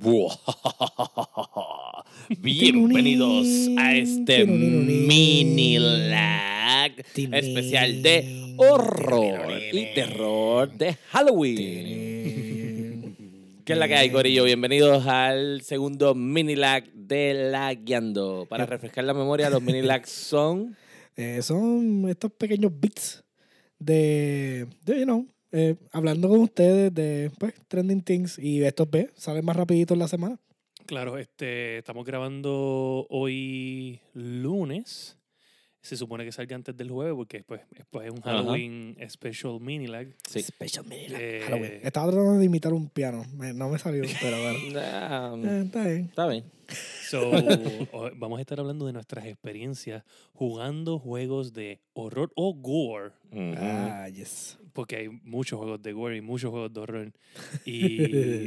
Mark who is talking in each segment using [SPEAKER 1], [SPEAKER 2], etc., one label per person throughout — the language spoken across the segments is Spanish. [SPEAKER 1] Bienvenidos a este mini lag especial de horror y terror de Eh, Halloween. ¿Qué es la que hay, Corillo? Bienvenidos al segundo mini lag de Lagueando. Para refrescar la memoria, los mini lags son.
[SPEAKER 2] Eh, son estos pequeños bits de, de, you know, eh, hablando con ustedes de pues, trending things y estos B salen más rapidito en la semana.
[SPEAKER 3] Claro, este, estamos grabando hoy lunes. Se supone que salga antes del jueves porque después, después es un
[SPEAKER 1] Ajá.
[SPEAKER 3] Halloween special mini lag.
[SPEAKER 1] Sí.
[SPEAKER 2] Special mini lag.
[SPEAKER 3] Eh,
[SPEAKER 2] Halloween. Estaba tratando de imitar un piano. Me- no me salió, pero bueno.
[SPEAKER 1] Ah,
[SPEAKER 2] Eh, está bien.
[SPEAKER 1] Está bien.
[SPEAKER 3] So, hoy vamos a estar hablando de nuestras experiencias jugando juegos de horror o gore,
[SPEAKER 2] Ah, yes.
[SPEAKER 3] porque hay muchos juegos de gore y muchos juegos de horror. Y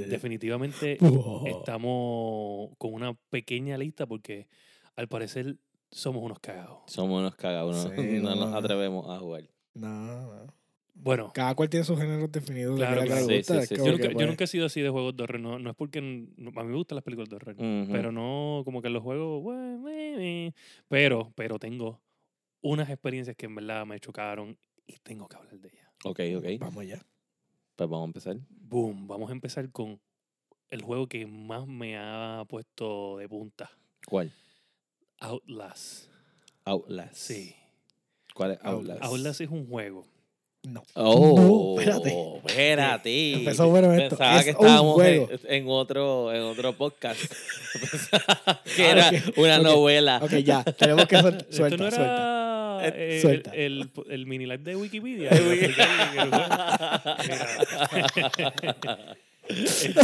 [SPEAKER 3] definitivamente
[SPEAKER 2] Oh.
[SPEAKER 3] estamos con una pequeña lista porque al parecer somos unos cagados.
[SPEAKER 1] Somos unos cagados, no,
[SPEAKER 2] Sí,
[SPEAKER 1] no
[SPEAKER 2] no,
[SPEAKER 1] nos
[SPEAKER 2] no.
[SPEAKER 1] atrevemos a jugar.
[SPEAKER 2] No, no.
[SPEAKER 3] Bueno,
[SPEAKER 2] Cada cual tiene sus géneros definidos. de
[SPEAKER 3] Claro,
[SPEAKER 2] qué es la que
[SPEAKER 1] claro.
[SPEAKER 2] le
[SPEAKER 1] Sí,
[SPEAKER 2] gusta.
[SPEAKER 1] sí,
[SPEAKER 2] Es
[SPEAKER 1] sí,
[SPEAKER 2] como
[SPEAKER 3] Yo
[SPEAKER 1] Porque,
[SPEAKER 3] nunca,
[SPEAKER 2] que,
[SPEAKER 3] yo
[SPEAKER 2] pues,
[SPEAKER 3] nunca he sido así de juegos de horror. No, no es porque. n- no- a mí me gustan las películas de horror.
[SPEAKER 1] Ujú.
[SPEAKER 3] Pero no, como que los juegos. bueno, eh, eh. Pero, pero tengo unas experiencias que en verdad me chocaron y tengo que hablar de ellas.
[SPEAKER 1] Ok, ok.
[SPEAKER 2] Vamos ya.
[SPEAKER 1] Pues vamos a empezar.
[SPEAKER 3] Boom. Vamos a empezar con el juego que más me ha puesto de punta:
[SPEAKER 1] ¿Cuál?
[SPEAKER 3] Outlast.
[SPEAKER 1] Outlast.
[SPEAKER 3] Sí.
[SPEAKER 1] ¿Cuál es Outlast?
[SPEAKER 2] Outlast.
[SPEAKER 3] Outlast es un juego.
[SPEAKER 2] No.
[SPEAKER 1] Oh,
[SPEAKER 2] No, espérate.
[SPEAKER 1] espérate.
[SPEAKER 2] Empezó bueno esto.
[SPEAKER 1] Pensaba
[SPEAKER 2] Es
[SPEAKER 1] que
[SPEAKER 2] un
[SPEAKER 1] estábamos en,
[SPEAKER 2] juego.
[SPEAKER 1] en otro, en otro podcast. Pensaba que era
[SPEAKER 2] ok,
[SPEAKER 1] una
[SPEAKER 2] ok.
[SPEAKER 1] novela.
[SPEAKER 2] Ok, ya. Tenemos que sol-
[SPEAKER 3] Esto
[SPEAKER 2] suelta,
[SPEAKER 3] no era
[SPEAKER 2] suelta.
[SPEAKER 3] eh, el-
[SPEAKER 2] suelta.
[SPEAKER 3] El, el mini live de Wikipedia. Mira. Este-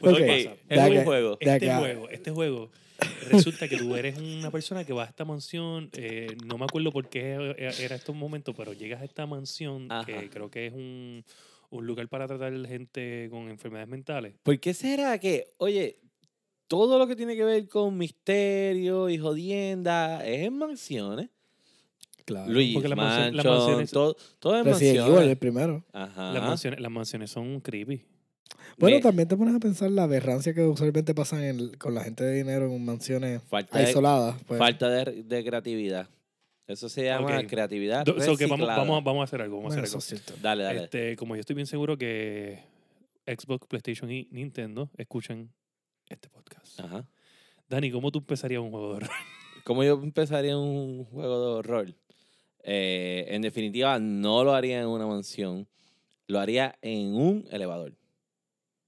[SPEAKER 3] Pues,
[SPEAKER 2] Ok.
[SPEAKER 3] ¿qué pasa?
[SPEAKER 1] Es
[SPEAKER 2] Ya
[SPEAKER 1] un
[SPEAKER 2] que-
[SPEAKER 1] juego.
[SPEAKER 2] De
[SPEAKER 3] Este
[SPEAKER 2] acá.
[SPEAKER 3] juego, este juego, resulta que tú eres una persona que va a esta mansión, eh, no me acuerdo por qué era- era estos momentos, pero llegas a esta mansión
[SPEAKER 1] Ajá.
[SPEAKER 3] que creo que es un, un lugar para tratar gente con enfermedades mentales.
[SPEAKER 1] ¿Por qué será que, oye, todo lo que tiene que ver con misterio y jodienda es en mansiones?
[SPEAKER 2] Claro.
[SPEAKER 1] Luis,
[SPEAKER 3] Porque las mansiones-
[SPEAKER 1] Mansion,
[SPEAKER 3] las mansiones-
[SPEAKER 1] todo, todo en
[SPEAKER 2] Resident Evil,
[SPEAKER 1] mansiones.
[SPEAKER 2] el primero.
[SPEAKER 1] ¿eh? Ajá.
[SPEAKER 3] Las, mansiones, las mansiones son creepy.
[SPEAKER 2] Bueno,
[SPEAKER 1] Me-
[SPEAKER 2] también te pones a pensar la aberrancia que usualmente pasan en- con la gente de dinero en mansiones
[SPEAKER 1] Falta de,
[SPEAKER 2] aisladas. Pues.
[SPEAKER 1] falta de, de creatividad. Eso se llama
[SPEAKER 3] Ok.
[SPEAKER 1] creatividad
[SPEAKER 3] Do- so que vamos,
[SPEAKER 1] reciclada.
[SPEAKER 3] vamos, a- vamos a hacer algo, vamos a
[SPEAKER 2] Bueno,
[SPEAKER 3] hacer
[SPEAKER 2] eso
[SPEAKER 3] algo.
[SPEAKER 2] es cierto.
[SPEAKER 1] Dale, dale.
[SPEAKER 3] Este, como yo estoy bien seguro que Xbox, PlayStation y Nintendo escuchan este podcast.
[SPEAKER 1] Ajá.
[SPEAKER 3] Dani, ¿cómo tú empezarías un juego de horror?
[SPEAKER 1] ¿Cómo yo empezaría un juego de horror? Eh, en definitiva, no lo haría en una mansión. Lo haría en un elevador,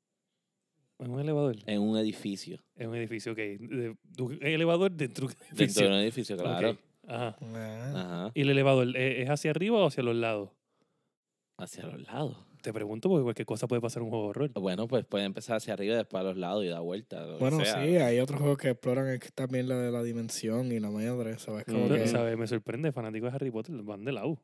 [SPEAKER 3] En un elevador.
[SPEAKER 1] en un edificio.
[SPEAKER 3] En un edificio, ok. De- de- un elevador dentro de un
[SPEAKER 1] Dentro
[SPEAKER 3] edificio.
[SPEAKER 1] de un edificio,
[SPEAKER 3] Ok,
[SPEAKER 1] claro.
[SPEAKER 3] Ajá.
[SPEAKER 2] Ah,
[SPEAKER 1] Ajá.
[SPEAKER 3] ¿Y el elevador eh, es hacia arriba o hacia los lados?
[SPEAKER 1] Hacia los lados.
[SPEAKER 3] Te pregunto porque cualquier cosa puede pasar en un juego de horror.
[SPEAKER 1] Bueno, pues puede empezar hacia arriba, después a los lados y da vuelta. lo que
[SPEAKER 2] Bueno,
[SPEAKER 1] sea.
[SPEAKER 2] sí, hay otros juegos que exploran es que también la de la dimensión y la madre, ¿sabes? Como
[SPEAKER 1] Mm.
[SPEAKER 3] No,
[SPEAKER 2] que-
[SPEAKER 3] ¿sabes? Me sorprende, fanáticos de Harry Potter van de lado.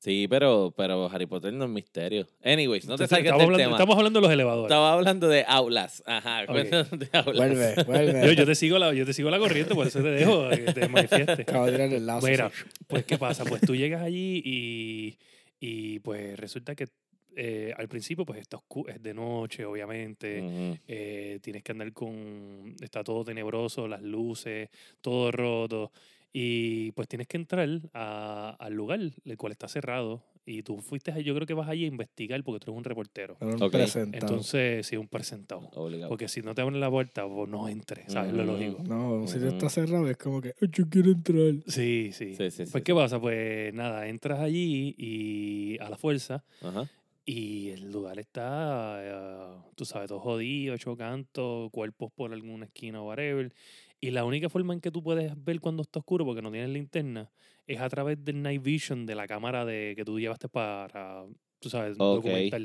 [SPEAKER 1] Sí, pero, pero Harry Potter no es misterio. Anyways, no te
[SPEAKER 3] Entonces,
[SPEAKER 1] salgas
[SPEAKER 3] estamos,
[SPEAKER 1] del
[SPEAKER 3] hablando,
[SPEAKER 1] tema.
[SPEAKER 3] estamos hablando de los elevadores.
[SPEAKER 1] Estaba hablando de aulas. Ajá, cuéntanos
[SPEAKER 3] Ok.
[SPEAKER 1] de aulas.
[SPEAKER 2] Vuelve, vuelve.
[SPEAKER 3] Yo, yo te sigo la, yo te sigo la corriente, por eso te dejo eh, que te manifiestes.
[SPEAKER 2] Acabo de tirar el lazo.
[SPEAKER 3] Mira,
[SPEAKER 2] sí.
[SPEAKER 3] pues ¿qué pasa? Pues tú llegas allí y, y, pues resulta que eh, al principio pues está oscu- es de noche, obviamente.
[SPEAKER 1] Ujú.
[SPEAKER 3] eh, tienes que andar con... Está todo tenebroso, las luces, todo roto. Y pues tienes que entrar a- al lugar, el cual está cerrado. Y tú fuiste, a- yo creo que vas allí a investigar porque tú eres un reportero.
[SPEAKER 2] Era un
[SPEAKER 1] Ok.
[SPEAKER 2] presentado.
[SPEAKER 3] Entonces, sí, un presentado.
[SPEAKER 1] Obligado.
[SPEAKER 3] Porque si no te abren la puerta, pues no entres, ¿sabes? Lo
[SPEAKER 1] Ujú.
[SPEAKER 3] lógico.
[SPEAKER 2] No, un sitio
[SPEAKER 1] Ujú.
[SPEAKER 2] está cerrado es como que "Ay, yo quiero entrar.
[SPEAKER 3] Sí, sí.
[SPEAKER 1] Sí, sí, sí,
[SPEAKER 3] Pues, ¿qué pasa? Pues nada, entras allí y a la fuerza
[SPEAKER 1] Ajá.
[SPEAKER 3] y el lugar está, eh, tú sabes, todo jodido, hecho canto, cuerpos por alguna esquina o whatever. Y la única forma en que tú puedes ver cuando está oscuro, porque no tienes linterna, es a través del night vision de la cámara de, que tú llevaste para, tú sabes,
[SPEAKER 1] Ok.
[SPEAKER 3] documentar.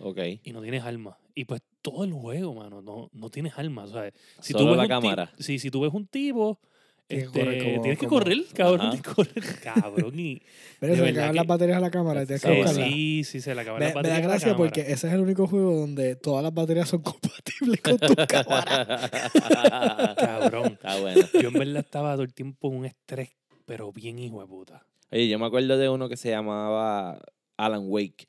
[SPEAKER 1] Ok.
[SPEAKER 3] Y no tienes alma. Y pues todo el juego, mano, no, no tienes alma, o sea, si tú
[SPEAKER 1] Solo
[SPEAKER 3] ves
[SPEAKER 1] la
[SPEAKER 3] un ti-
[SPEAKER 1] cámara.
[SPEAKER 3] sí, si tú ves un tipo,
[SPEAKER 2] Tienes que
[SPEAKER 3] este,
[SPEAKER 2] correr como-
[SPEAKER 3] tienes que
[SPEAKER 2] como-
[SPEAKER 3] correr, cabrón,
[SPEAKER 1] Ajá.
[SPEAKER 3] tienes que correr, cabrón. Y,
[SPEAKER 2] Pero
[SPEAKER 3] De
[SPEAKER 2] se me
[SPEAKER 3] verdad
[SPEAKER 2] acaban
[SPEAKER 3] que-
[SPEAKER 2] las baterías a la cámara y tienes que
[SPEAKER 1] Sí,
[SPEAKER 3] eh,
[SPEAKER 2] buscarla.
[SPEAKER 3] sí, sí, se le acabó
[SPEAKER 2] Me,
[SPEAKER 3] la
[SPEAKER 2] me
[SPEAKER 3] batería
[SPEAKER 2] da
[SPEAKER 3] a la
[SPEAKER 2] gracia
[SPEAKER 3] cámara.
[SPEAKER 2] porque ese es el único juego donde todas las baterías son compatibles con tu cámara.
[SPEAKER 3] Cabrón.
[SPEAKER 1] Está bueno.
[SPEAKER 3] Yo en verdad estaba todo el tiempo en un estrés, pero bien hijo de puta.
[SPEAKER 1] Oye, yo me acuerdo de uno que se llamaba Alan Wake.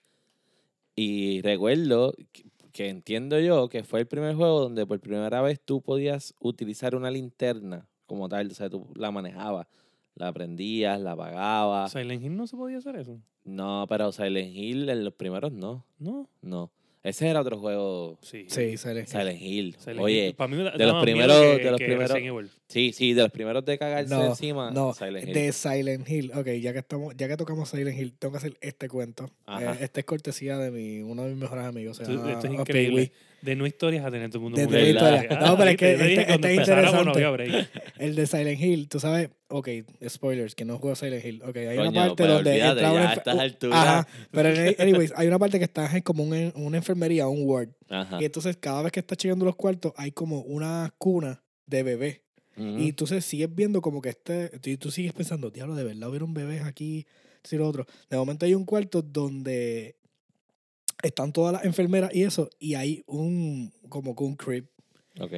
[SPEAKER 1] Y recuerdo que, que entiendo yo que fue el primer juego donde por primera vez tú podías utilizar una linterna como tal, o sea, tú la manejabas, la prendías, la apagabas.
[SPEAKER 3] Silent Hill no se podía hacer eso.
[SPEAKER 1] no, pero Silent Hill en los primeros no,
[SPEAKER 3] No.
[SPEAKER 1] no. Ese era otro juego,
[SPEAKER 3] Sí.
[SPEAKER 2] Sí, Silent Hill.
[SPEAKER 1] Silent Hill.
[SPEAKER 3] Silent
[SPEAKER 1] Oye,
[SPEAKER 3] Hill. Para mí me da-
[SPEAKER 1] de
[SPEAKER 3] da
[SPEAKER 1] los
[SPEAKER 3] más miedo
[SPEAKER 1] primeros-
[SPEAKER 3] que-
[SPEAKER 1] de los
[SPEAKER 3] que
[SPEAKER 1] primeros-
[SPEAKER 3] Resident Evil.
[SPEAKER 1] sí, sí, de los primeros de cagarse
[SPEAKER 2] No,
[SPEAKER 1] encima,
[SPEAKER 2] No,
[SPEAKER 1] Silent Hill.
[SPEAKER 2] de Silent Hill. Ok, ya que, estamos, ya que tocamos Silent Hill, tengo que hacer este cuento.
[SPEAKER 1] Ajá.
[SPEAKER 2] Eh, este es cortesía de mi, uno de mis mejores amigos. se
[SPEAKER 3] Esto-
[SPEAKER 2] llama
[SPEAKER 3] esto es
[SPEAKER 2] Opi
[SPEAKER 3] increíble.
[SPEAKER 2] Wee.
[SPEAKER 3] De no historias a tener todo el mundo
[SPEAKER 2] Ah, De
[SPEAKER 3] muy
[SPEAKER 1] no
[SPEAKER 3] bien.
[SPEAKER 1] historias.
[SPEAKER 3] Ah,
[SPEAKER 2] No, pero es
[SPEAKER 3] ¿viste?
[SPEAKER 2] que
[SPEAKER 3] Yo dije
[SPEAKER 2] este-
[SPEAKER 3] cuando
[SPEAKER 2] este es
[SPEAKER 3] empezáramos no
[SPEAKER 2] interesante.
[SPEAKER 3] había break.
[SPEAKER 2] El de Silent Hill, tú sabes, ok, spoilers, que no juego Silent Hill. Ok, hay
[SPEAKER 1] Coño,
[SPEAKER 2] una parte
[SPEAKER 1] pero
[SPEAKER 2] donde
[SPEAKER 1] olvídate,
[SPEAKER 2] entra una
[SPEAKER 1] ya a
[SPEAKER 2] enfer-
[SPEAKER 1] estas
[SPEAKER 2] u-
[SPEAKER 1] alturas.
[SPEAKER 2] Ajá, pero en- anyways, hay una parte que estás en como un en- una enfermería, un ward.
[SPEAKER 1] Ajá.
[SPEAKER 2] Y entonces cada vez que estás llegando a los cuartos hay como una cuna de bebé.
[SPEAKER 1] Ujú.
[SPEAKER 2] Y entonces sigues viendo como que este, y tú sigues pensando, diablo, de verdad hubieron bebés aquí, esto y lo otro. De momento hay un cuarto donde están todas las enfermeras y eso, y hay un, como que un creep.
[SPEAKER 1] Ok.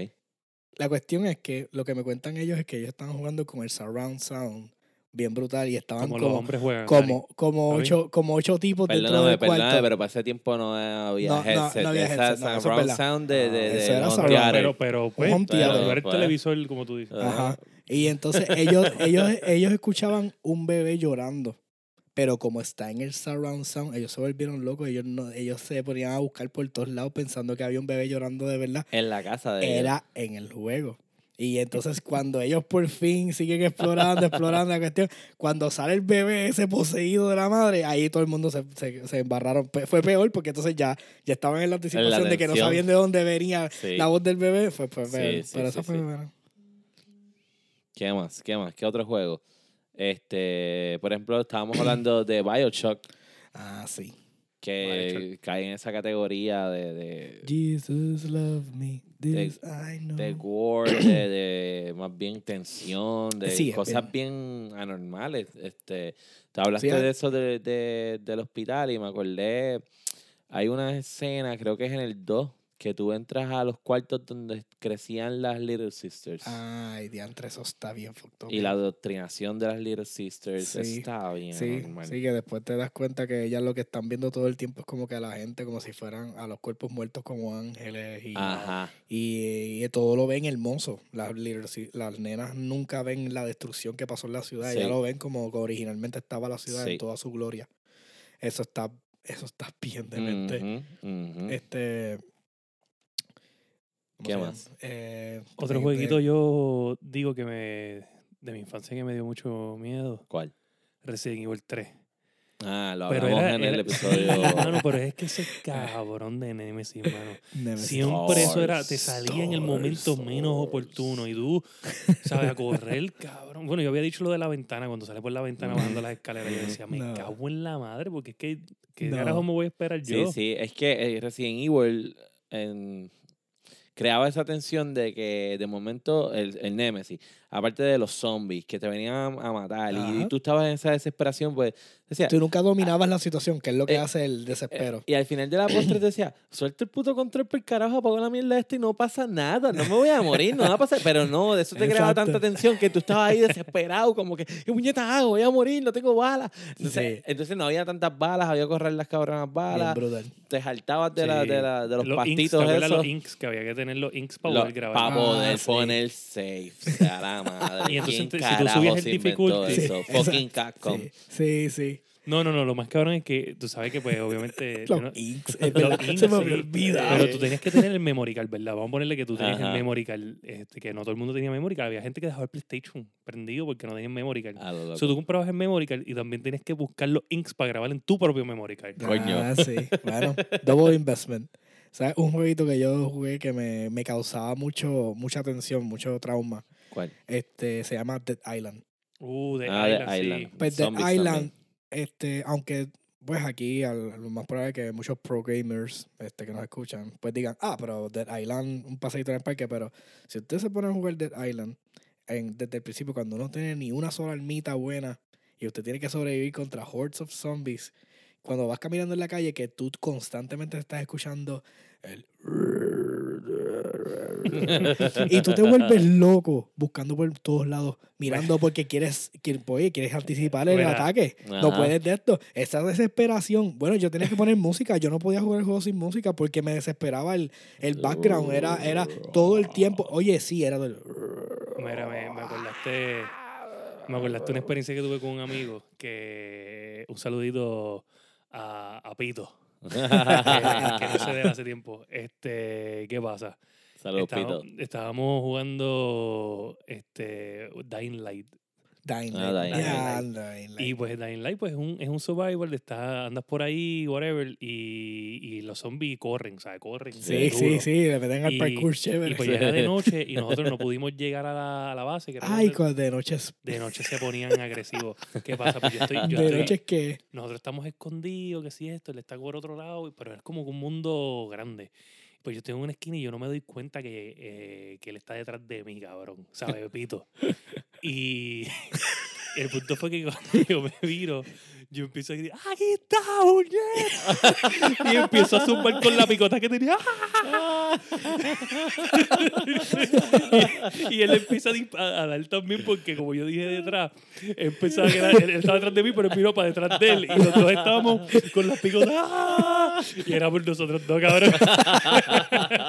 [SPEAKER 2] La cuestión es que lo que me cuentan ellos es que ellos estaban jugando con el surround sound bien brutal y estaban
[SPEAKER 3] Como los
[SPEAKER 2] como,
[SPEAKER 3] hombres juegan. Dani.
[SPEAKER 2] como, como,
[SPEAKER 3] ¿Está bien?
[SPEAKER 2] ocho, como ocho tipos dentro
[SPEAKER 1] Perdóname,
[SPEAKER 2] del
[SPEAKER 1] perdóname,
[SPEAKER 2] cuarto.
[SPEAKER 1] pero para ese tiempo no había
[SPEAKER 2] No, no, no
[SPEAKER 1] headset.
[SPEAKER 2] había
[SPEAKER 1] Esa
[SPEAKER 2] headset, no,
[SPEAKER 1] sound-
[SPEAKER 2] eso es
[SPEAKER 1] round
[SPEAKER 2] verdad.
[SPEAKER 1] sound de, de,
[SPEAKER 2] Eso
[SPEAKER 1] de
[SPEAKER 2] era
[SPEAKER 1] home
[SPEAKER 2] surround,
[SPEAKER 1] theater.
[SPEAKER 3] Pero, pero, pues,
[SPEAKER 2] home
[SPEAKER 3] pero,
[SPEAKER 1] theater.
[SPEAKER 3] ver el
[SPEAKER 1] Pues.
[SPEAKER 3] televisor, como tú dices.
[SPEAKER 2] Ajá. Ah. Y entonces ellos, ellos, ellos escuchaban un bebé llorando. Pero como está en el surround sound, ellos se volvieron locos. Ellos, no, ellos se ponían a buscar por todos lados pensando que había un bebé llorando de verdad.
[SPEAKER 1] En la casa de ellos.
[SPEAKER 2] Era en el juego. Y entonces cuando ellos por fin siguen explorando, explorando la cuestión, cuando sale el bebé ese poseído de la madre, ahí todo el mundo se, se, se embarraron. Pe- Fue peor porque entonces ya, ya estaban en la anticipación de que no
[SPEAKER 1] tensión.
[SPEAKER 2] sabían de dónde venía
[SPEAKER 1] Sí.
[SPEAKER 2] la voz del bebé. Fue, fue
[SPEAKER 1] Sí,
[SPEAKER 2] peor.
[SPEAKER 1] sí,
[SPEAKER 2] Pero
[SPEAKER 1] sí,
[SPEAKER 2] eso fue
[SPEAKER 1] sí.
[SPEAKER 2] bueno.
[SPEAKER 1] ¿Qué más? ¿Qué más? ¿Qué otro juego? Este, por ejemplo, estábamos hablando de Bioshock,
[SPEAKER 2] Ah, sí.
[SPEAKER 1] que
[SPEAKER 3] BioShock.
[SPEAKER 1] cae en esa categoría de, de,
[SPEAKER 2] Jesus love me, this I know.
[SPEAKER 1] de gore, de, de más bien tensión, de
[SPEAKER 2] Sí, es
[SPEAKER 1] cosas bien anormales. Este, te hablaste
[SPEAKER 2] Sí, ah.
[SPEAKER 1] de eso de- de- del hospital y me acordé, hay una escena, creo que es en el 2, que tú entras a los cuartos donde crecían las Little Sisters.
[SPEAKER 2] Ay, diantre, eso está bien fucked up.
[SPEAKER 1] Y la adoctrinación de las Little Sisters
[SPEAKER 2] Sí,
[SPEAKER 1] está bien
[SPEAKER 2] Sí,
[SPEAKER 1] anormal.
[SPEAKER 2] sí, que después te das cuenta que ellas lo que están viendo todo el tiempo es como que a la gente como si fueran a los cuerpos muertos como ángeles y,
[SPEAKER 1] Ajá.
[SPEAKER 2] y, y todo lo ven hermoso. Las, little si- las nenas nunca ven la destrucción que pasó en la ciudad,
[SPEAKER 1] Sí.
[SPEAKER 2] ya lo ven como que originalmente estaba la ciudad
[SPEAKER 1] Sí.
[SPEAKER 2] en toda su gloria. Eso está, eso está bien demente.
[SPEAKER 1] Ujú, ujú.
[SPEAKER 2] Este. ¿cómo
[SPEAKER 1] ¿Qué
[SPEAKER 2] se
[SPEAKER 1] más?
[SPEAKER 2] llama? Eh,
[SPEAKER 3] Otro
[SPEAKER 2] de-
[SPEAKER 3] jueguito
[SPEAKER 2] de-
[SPEAKER 3] yo digo que me de mi infancia que me dio mucho miedo.
[SPEAKER 1] ¿Cuál?
[SPEAKER 3] Resident Evil 3.
[SPEAKER 1] Ah, lo
[SPEAKER 3] Pero
[SPEAKER 1] hablamos
[SPEAKER 3] era-
[SPEAKER 1] en el
[SPEAKER 3] era-
[SPEAKER 1] episodio.
[SPEAKER 3] Mano, pero es que ese cabrón de Nemesis, mano.
[SPEAKER 2] Nemesis.
[SPEAKER 3] Siempre eso era, te
[SPEAKER 2] Stars,
[SPEAKER 3] salía en el momento menos
[SPEAKER 2] stars.
[SPEAKER 3] oportuno y tú, sabes, a correr, cabrón. Bueno, yo había dicho lo de la ventana, cuando sale por la ventana bajando las escaleras, yo decía, me
[SPEAKER 2] No.
[SPEAKER 3] cago en la madre, porque es que, ¿qué
[SPEAKER 2] No.
[SPEAKER 3] carajo me voy a esperar
[SPEAKER 1] sí,
[SPEAKER 3] yo?
[SPEAKER 1] sí, es que eh, Resident Evil en- creaba esa tensión de que de momento el, el Nemesis, aparte de los zombies que te venían a, a matar y,
[SPEAKER 2] Ajá.
[SPEAKER 1] tú estabas en esa desesperación, pues decía,
[SPEAKER 2] Tú nunca dominabas la situación, que es lo que
[SPEAKER 1] Eh,
[SPEAKER 2] hace el
[SPEAKER 1] Eh,
[SPEAKER 2] desespero.
[SPEAKER 1] Y al final de la postre te decía, suelta el puto control por el carajo, apaga la mierda esta y no pasa nada, no me voy a morir, no va a pasar. Pero no, de eso te creaba
[SPEAKER 2] Exacto.
[SPEAKER 1] tanta tensión que tú estabas ahí desesperado, como que, ¿qué puñeta hago? Voy a morir, no tengo balas. Entonces,
[SPEAKER 2] Sí.
[SPEAKER 1] entonces no había tantas balas, había que correr las cabronas
[SPEAKER 2] Bien
[SPEAKER 1] balas,
[SPEAKER 2] brutal.
[SPEAKER 1] te saltabas de, la-
[SPEAKER 3] Sí.
[SPEAKER 1] de, la- de los,
[SPEAKER 3] inks, ¿te
[SPEAKER 1] pastitos
[SPEAKER 3] acuerdas
[SPEAKER 1] esos.
[SPEAKER 3] los inks, que había que tener los inks para
[SPEAKER 1] Lo-
[SPEAKER 3] poder grabar.
[SPEAKER 1] pa'
[SPEAKER 2] Ah,
[SPEAKER 1] poder
[SPEAKER 2] sí.
[SPEAKER 1] poner safe, o sea, la madre.
[SPEAKER 3] Y entonces
[SPEAKER 1] ¿Quién
[SPEAKER 3] te- si tú
[SPEAKER 1] carajo
[SPEAKER 3] subías el
[SPEAKER 1] se inventó
[SPEAKER 3] difficulty?
[SPEAKER 1] eso?
[SPEAKER 2] Sí,
[SPEAKER 1] Fucking Capcom.
[SPEAKER 2] Sí, sí. sí.
[SPEAKER 3] Ah. No, no, no, lo más cabrón es que tú sabes que, pues, obviamente. yo
[SPEAKER 2] Los
[SPEAKER 3] no-
[SPEAKER 2] inks, es
[SPEAKER 3] los
[SPEAKER 2] verdad,
[SPEAKER 3] inks,
[SPEAKER 2] se me
[SPEAKER 3] sí,
[SPEAKER 2] había olvidado.
[SPEAKER 3] Pero tú tenías que tener el memory card, ¿verdad? Vamos a ponerle que tú tenías
[SPEAKER 1] Ajá.
[SPEAKER 3] el memory card, este, que no todo el mundo tenía memory card. Había gente que dejaba el PlayStation prendido porque no tenía memory card.
[SPEAKER 1] A lo
[SPEAKER 3] O
[SPEAKER 1] Ah, loco.
[SPEAKER 3] sea, tú comprabas el memory card y también tenías que buscar los inks para grabar en tu propio memory card.
[SPEAKER 1] Coño.
[SPEAKER 2] Ah, sí. Bueno, Double Investment. ¿Sabes? Un jueguito que yo jugué que me, me causaba mucho, mucha tensión, mucho trauma.
[SPEAKER 1] ¿Cuál?
[SPEAKER 2] Este, se llama Dead Island.
[SPEAKER 3] Uh, de
[SPEAKER 1] Ah, de
[SPEAKER 3] Island, sí.
[SPEAKER 1] Island.
[SPEAKER 2] Pues Dead
[SPEAKER 1] Zombies también.
[SPEAKER 2] Island, este, aunque pues aquí al- lo más probable es que muchos pro gamers este, que nos escuchan pues digan, ah, pero Dead Island, un paseíto en el parque, pero si ustedes se ponen a jugar Dead Island en- desde el principio cuando no tiene ni una sola almita buena y usted tiene que sobrevivir contra hordes of zombies, cuando vas caminando en la calle que tú constantemente estás escuchando el y tú te vuelves loco buscando por todos lados, mirando porque quieres, que- oye, quieres anticipar el
[SPEAKER 3] Mira.
[SPEAKER 2] ataque. No
[SPEAKER 1] Ajá.
[SPEAKER 2] puedes de esto. Esa desesperación. Bueno, yo tenía que poner música. Yo no podía jugar el juego sin música porque me desesperaba el, el background. Era, era todo el tiempo. Oye, sí, era todo el-
[SPEAKER 3] Mira, me, me acordaste. Me acordaste una experiencia que tuve con un amigo que. Un saludito a, a Pito. que que no sé de él hace tiempo. Este, ¿qué pasa?
[SPEAKER 1] Saludos,
[SPEAKER 3] Estábamos-
[SPEAKER 1] Pito.
[SPEAKER 3] Estábamos jugando este, Dying Light.
[SPEAKER 2] Dying
[SPEAKER 1] Ah,
[SPEAKER 2] Light.
[SPEAKER 1] Dying
[SPEAKER 2] Ya,
[SPEAKER 3] Light.
[SPEAKER 2] Dying Light.
[SPEAKER 3] Y pues Dying Light pues, es, un, es un survival, de está, andas por ahí, whatever, y, y los zombies corren, o sea, corren.
[SPEAKER 2] Sí,
[SPEAKER 3] duro.
[SPEAKER 2] sí, sí, le meten al
[SPEAKER 3] Y-
[SPEAKER 2] parkour
[SPEAKER 3] Y
[SPEAKER 2] chévere.
[SPEAKER 3] pues llega de noche y nosotros no pudimos llegar a la, a la base. Que era
[SPEAKER 2] Ay,
[SPEAKER 3] donde
[SPEAKER 2] cuando de noche es,
[SPEAKER 3] de noche se ponían agresivos. ¿Qué pasa? Pues yo estoy, yo
[SPEAKER 2] de
[SPEAKER 3] estoy-
[SPEAKER 2] noche es que
[SPEAKER 3] nosotros estamos escondidos, que si esto, él está por otro lado, y- pero es como que un mundo grande. Pues yo estoy en una esquina y yo no me doy cuenta que, eh, que él está detrás de mí, cabrón. ¿Sabes, Pepito? Y el punto fue que cuando yo me viro, yo empiezo a gritar, ¡Aquí está, puñet! Y empiezo a zumbar con la picota que tenía. ¡Ah! y, y él empieza a, dispa- a dar también porque, como yo dije detrás, él pensaba que era- él, él estaba detrás de mí, pero él miró para detrás de él. Y los dos estábamos con las picotas. ¡Ah! Y éramos nosotros dos, cabrón.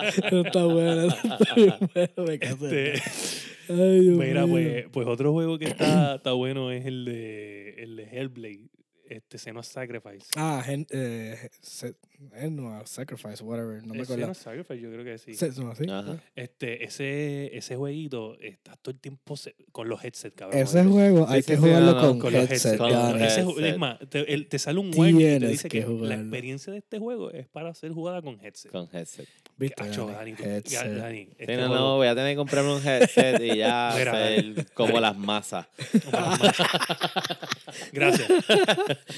[SPEAKER 2] Eso está bueno, eso está bien bueno, me cansé.
[SPEAKER 3] Este,
[SPEAKER 2] Ay, Dios
[SPEAKER 3] mira,
[SPEAKER 2] mío.
[SPEAKER 3] pues, pues otro juego que está, está bueno es el de, el de Hellblade, este Senua's Sacrifice.
[SPEAKER 2] Ah, Hen- eh, Se- eh, no, Sacrifice, whatever, no me
[SPEAKER 3] ¿Es
[SPEAKER 2] acuerdo.
[SPEAKER 3] Senua's Eh, Sacrifice, yo creo que sí.
[SPEAKER 2] Se- no, ¿sí?
[SPEAKER 1] Ajá.
[SPEAKER 3] Este, ese, ese jueguito está todo el tiempo se- con los headsets, cabrón.
[SPEAKER 2] Ese juego
[SPEAKER 1] Sí,
[SPEAKER 2] hay
[SPEAKER 1] sí,
[SPEAKER 2] que
[SPEAKER 1] sí,
[SPEAKER 2] jugarlo
[SPEAKER 1] no, no,
[SPEAKER 2] con,
[SPEAKER 3] con los
[SPEAKER 2] headset.
[SPEAKER 3] headsets.
[SPEAKER 1] con
[SPEAKER 2] ya,
[SPEAKER 1] los
[SPEAKER 2] eh.
[SPEAKER 3] Ese ju-
[SPEAKER 1] headset.
[SPEAKER 3] es más, te, el- te sale un warning y te
[SPEAKER 2] Tienes
[SPEAKER 3] dice
[SPEAKER 2] que
[SPEAKER 3] que, la
[SPEAKER 2] jugarlo.
[SPEAKER 3] experiencia de este juego es para ser jugada con headset.
[SPEAKER 1] Con headset.
[SPEAKER 2] Viste,
[SPEAKER 3] Acho,
[SPEAKER 2] Dani, Eh,
[SPEAKER 3] Dani, tú- ya,
[SPEAKER 2] headset.
[SPEAKER 3] Dani,
[SPEAKER 1] Sí,
[SPEAKER 3] este
[SPEAKER 1] no, no,
[SPEAKER 3] juego-
[SPEAKER 1] voy a tener que comprarme un headset y ya
[SPEAKER 3] Mira,
[SPEAKER 1] hacer como las masas.
[SPEAKER 3] Gracias.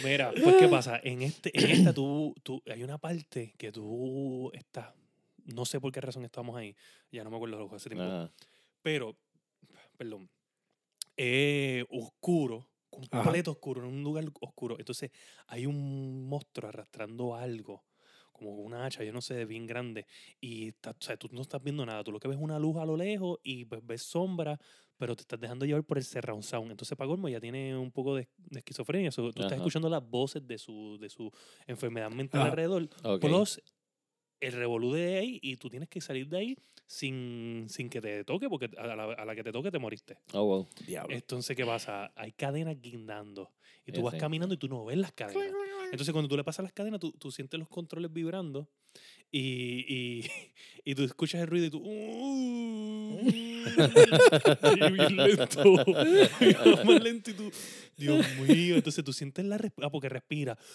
[SPEAKER 3] Mira, pues qué pasa. En, este, en esta tú, tú, hay una parte que tú estás, no sé por qué razón estamos ahí, ya no me acuerdo lo que hace tiempo,
[SPEAKER 1] Ajá.
[SPEAKER 3] pero, perdón, es oscuro, completo oscuro, en un lugar oscuro. Entonces hay un monstruo arrastrando algo, como una hacha, yo no sé, bien grande, y está- o sea, tú no estás viendo nada, tú lo que ves es una luz a lo lejos y pues ves sombra, pero te estás dejando llevar por el surround sound. Entonces Pagolmo ya tiene un poco de, de esquizofrenia, so, tú estás
[SPEAKER 1] Ajá.
[SPEAKER 3] escuchando las voces de su, de su enfermedad mental
[SPEAKER 2] Ajá.
[SPEAKER 3] alrededor,
[SPEAKER 1] Ok.
[SPEAKER 3] plus el revolú de ahí y tú tienes que salir de ahí sin, sin que te toque, porque a la, a la que te toque te moriste.
[SPEAKER 1] Oh, wow.
[SPEAKER 2] Diablo.
[SPEAKER 3] Entonces, ¿qué pasa? Hay cadenas guindando y tú
[SPEAKER 1] Ya
[SPEAKER 3] vas
[SPEAKER 1] sé.
[SPEAKER 3] caminando y tú no ves las cadenas. Entonces, cuando tú le pasas las cadenas, tú, tú sientes los controles vibrando y, y, y tú escuchas el ruido y tú... y bien lento. y más lento y tú... Dios mío. Entonces, tú sientes la... resp- Ah, porque respira.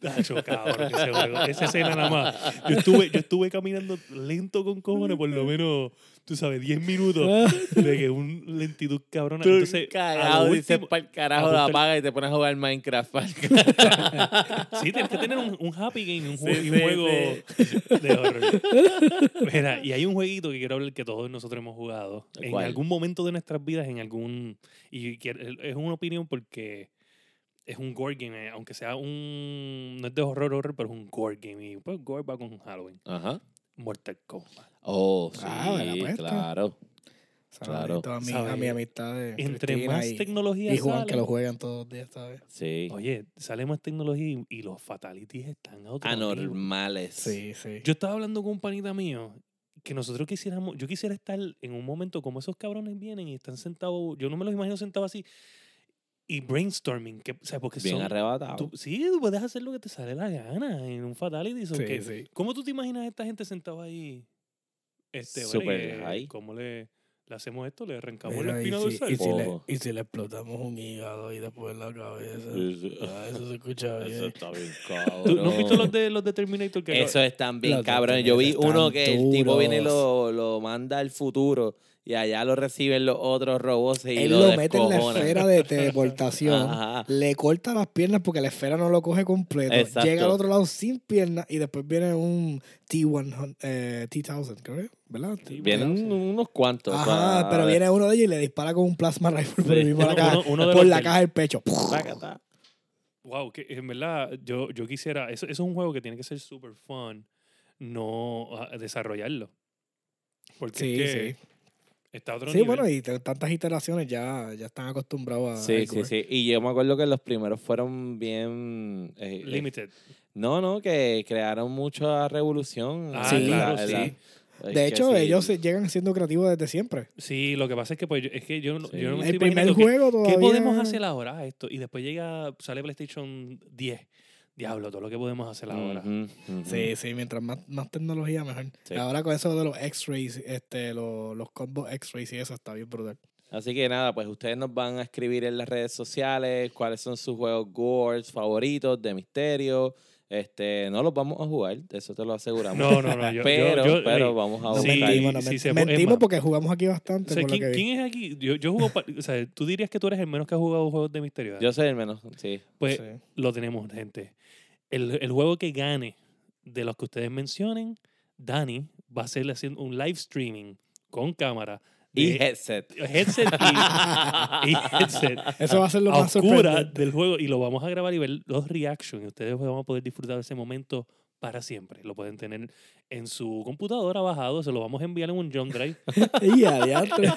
[SPEAKER 3] Tacho, cabrón, ese juego. Esa escena nada más. Yo estuve, yo estuve caminando lento con cojones por lo menos, tú sabes, 10 minutos de que un lentitud cabrona. Entonces, a lo
[SPEAKER 1] cagado, dices
[SPEAKER 3] último-
[SPEAKER 1] para el carajo, la
[SPEAKER 3] ajusta el-
[SPEAKER 1] apaga y te pones a jugar Minecraft. pa'l
[SPEAKER 3] Sí, tienes que tener un, un happy game, un,
[SPEAKER 1] Sí,
[SPEAKER 3] jue- y un
[SPEAKER 1] sí,
[SPEAKER 3] juego de horror. Mira, y hay un jueguito que quiero hablar que todos nosotros hemos jugado. En
[SPEAKER 1] ¿Cuál?
[SPEAKER 3] algún momento de nuestras vidas, en algún... Y quiero- es una opinión porque es un gore game, eh, aunque sea un... No es de horror, horror, pero es un gore game. Y pues gore va con Halloween.
[SPEAKER 1] Ajá.
[SPEAKER 3] Mortal Kombat.
[SPEAKER 1] Oh, sí,
[SPEAKER 2] Ah, me la apuesta.
[SPEAKER 1] claro.
[SPEAKER 2] Saludito A mi, a mi
[SPEAKER 3] Sabe.
[SPEAKER 2] amistad de
[SPEAKER 3] Entre
[SPEAKER 2] Cristina
[SPEAKER 3] más
[SPEAKER 2] y,
[SPEAKER 3] tecnología
[SPEAKER 2] y Juan,
[SPEAKER 3] sale-
[SPEAKER 2] que lo juegan todos los días, ¿sabes?
[SPEAKER 1] Sí.
[SPEAKER 3] Oye, sale más tecnología y, y los fatalities están a
[SPEAKER 1] Ah,
[SPEAKER 3] otro nivel.
[SPEAKER 1] Anormales.
[SPEAKER 2] Sí, sí.
[SPEAKER 3] Yo estaba hablando con un panita mío que nosotros quisiéramos, yo quisiera estar en un momento como esos cabrones vienen y están sentados, yo no me los imagino sentados así y brainstorming, que, o sea, porque
[SPEAKER 1] Bien
[SPEAKER 3] son-
[SPEAKER 1] arrebatado.
[SPEAKER 3] tú- sí, tú puedes hacer lo que te sale la gana en un fatality. son
[SPEAKER 2] sí,
[SPEAKER 3] que-
[SPEAKER 2] sí.
[SPEAKER 3] ¿Cómo tú te imaginas a esta gente sentada ahí? Este, vale,
[SPEAKER 1] Super
[SPEAKER 3] que-
[SPEAKER 1] high.
[SPEAKER 3] ¿Cómo le, le hacemos esto? ¿Le arrancamos la
[SPEAKER 2] Mira,
[SPEAKER 3] espina
[SPEAKER 2] y, si,
[SPEAKER 3] dorsal?
[SPEAKER 2] y, si le,
[SPEAKER 1] Ojo.
[SPEAKER 2] y si le explotamos un hígado y después la cabeza.
[SPEAKER 1] Sí, sí.
[SPEAKER 2] Ah, eso se escucha
[SPEAKER 1] Eso
[SPEAKER 2] bien.
[SPEAKER 1] está bien
[SPEAKER 3] ¿Tú no has visto los
[SPEAKER 2] Oh.
[SPEAKER 1] cabrón.
[SPEAKER 3] de, los de Terminator? Que
[SPEAKER 1] Eso están bien
[SPEAKER 2] Los
[SPEAKER 1] cabrón. Yo vi
[SPEAKER 2] detalles
[SPEAKER 1] uno
[SPEAKER 2] están
[SPEAKER 1] que el tipo viene y
[SPEAKER 2] duros.
[SPEAKER 1] lo, lo manda al futuro y allá lo reciben los otros robots y
[SPEAKER 2] Él
[SPEAKER 1] lo,
[SPEAKER 2] lo mete en la
[SPEAKER 1] descojonan.
[SPEAKER 2] esfera de teleportación.
[SPEAKER 1] Ajá.
[SPEAKER 2] le corta las piernas porque la esfera no lo coge completo.
[SPEAKER 1] Exacto.
[SPEAKER 2] Llega al otro lado sin piernas y después viene un T100, eh, T1000, creo, ¿verdad?
[SPEAKER 1] Vienen unos cuantos. ah,
[SPEAKER 2] Ajá,
[SPEAKER 1] pa-
[SPEAKER 2] pero viene uno de ellos y le dispara con un plasma rifle por, el mismo
[SPEAKER 3] Uno-
[SPEAKER 2] la caja-
[SPEAKER 3] uno- uno de
[SPEAKER 2] por
[SPEAKER 3] los
[SPEAKER 2] la
[SPEAKER 3] del-
[SPEAKER 2] caja del pecho.
[SPEAKER 1] Tacata.
[SPEAKER 3] Wow, que en verdad yo, yo quisiera, eso, eso es un juego que tiene que ser super fun. no ah, desarrollarlo. Porque
[SPEAKER 2] Sí,
[SPEAKER 3] es que
[SPEAKER 2] sí.
[SPEAKER 3] está a otro
[SPEAKER 2] Sí,
[SPEAKER 3] nivel.
[SPEAKER 2] bueno, y t- tantas iteraciones ya, ya están acostumbrados a.
[SPEAKER 1] Sí,
[SPEAKER 2] al
[SPEAKER 1] sí,
[SPEAKER 2] gore.
[SPEAKER 1] sí. Y yo me acuerdo que los primeros fueron bien... eh, eh,
[SPEAKER 3] Limited.
[SPEAKER 1] no, no, que crearon mucha revolución.
[SPEAKER 3] Ah,
[SPEAKER 2] Sí,
[SPEAKER 3] claro,
[SPEAKER 1] la-
[SPEAKER 3] sí.
[SPEAKER 1] la- es
[SPEAKER 2] De
[SPEAKER 1] que
[SPEAKER 2] hecho,
[SPEAKER 1] sí.
[SPEAKER 2] ellos se- llegan siendo creativos desde siempre.
[SPEAKER 3] Sí, lo que pasa es que pues, yo- es que yo, no-
[SPEAKER 1] Sí.
[SPEAKER 3] yo no me
[SPEAKER 1] El
[SPEAKER 3] estoy
[SPEAKER 2] El primer
[SPEAKER 3] imaginando que-
[SPEAKER 2] juego todavía.
[SPEAKER 3] ¿Qué podemos hacer ahora a esto? Y después llega, sale PlayStation 10. Diablo, todo lo que podemos hacer ahora.
[SPEAKER 1] Ujú, ujú.
[SPEAKER 2] Sí, sí, mientras más, más tecnología, mejor.
[SPEAKER 1] Sí.
[SPEAKER 2] Ahora con eso de los X-rays, este, los, los combos X-rays y eso está bien brutal.
[SPEAKER 1] Así que nada, pues ustedes nos van a escribir en las redes sociales cuáles son sus juegos gores favoritos de misterio. Este, no los vamos a jugar, eso te lo aseguramos.
[SPEAKER 3] No, no, no. Yo,
[SPEAKER 1] pero,
[SPEAKER 3] yo- yo-
[SPEAKER 1] pero
[SPEAKER 3] ey,
[SPEAKER 1] vamos a
[SPEAKER 2] Nos
[SPEAKER 3] Sí,
[SPEAKER 1] buscar.
[SPEAKER 2] mentimos, nos
[SPEAKER 3] sí,
[SPEAKER 2] men-
[SPEAKER 3] se po- es
[SPEAKER 2] mentimos
[SPEAKER 3] más-
[SPEAKER 2] porque jugamos aquí bastante.
[SPEAKER 3] o sea,
[SPEAKER 2] por lo que
[SPEAKER 3] ¿quién,
[SPEAKER 2] vi.
[SPEAKER 3] quién es aquí? Yo, yo juego. pa- o sea, tú dirías que tú eres el menos que ha jugado juegos de misterio. ¿verdad?
[SPEAKER 1] Yo soy el menos, sí.
[SPEAKER 3] pues
[SPEAKER 2] Sí.
[SPEAKER 3] lo tenemos, gente. El, el juego que gane de los que ustedes mencionen, Dani va a hacerle haciendo un live streaming con cámara.
[SPEAKER 1] Y
[SPEAKER 3] de
[SPEAKER 1] headset.
[SPEAKER 3] headset y, y headset.
[SPEAKER 2] Eso va a ser lo
[SPEAKER 3] a
[SPEAKER 2] más
[SPEAKER 3] oscura
[SPEAKER 2] sorprendente.
[SPEAKER 3] del juego y lo vamos a grabar y ver los reactions. Y ustedes van a poder disfrutar de ese momento para siempre. Lo pueden tener en su computadora bajado, se lo vamos a enviar en un jump drive.
[SPEAKER 2] Y adiantre.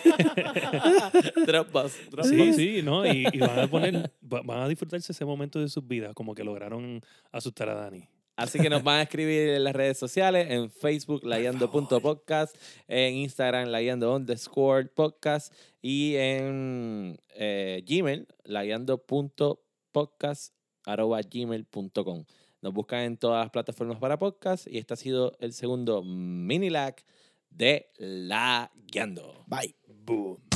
[SPEAKER 1] Dropbox, Dropbox.
[SPEAKER 3] sí, sí, ¿no? Y, y van a poner, va- van a disfrutarse ese momento de sus vidas, como que lograron asustar a Dani.
[SPEAKER 1] Así que nos van a escribir en las redes sociales, en Facebook, layando.podcast, en Instagram, layando underscore podcast y en eh, Gmail, layando.podcast arroba gmail.com. Nos buscan en todas las plataformas para podcast y este ha sido el segundo mini lag de La Guiando.
[SPEAKER 2] Bye.
[SPEAKER 3] Boom.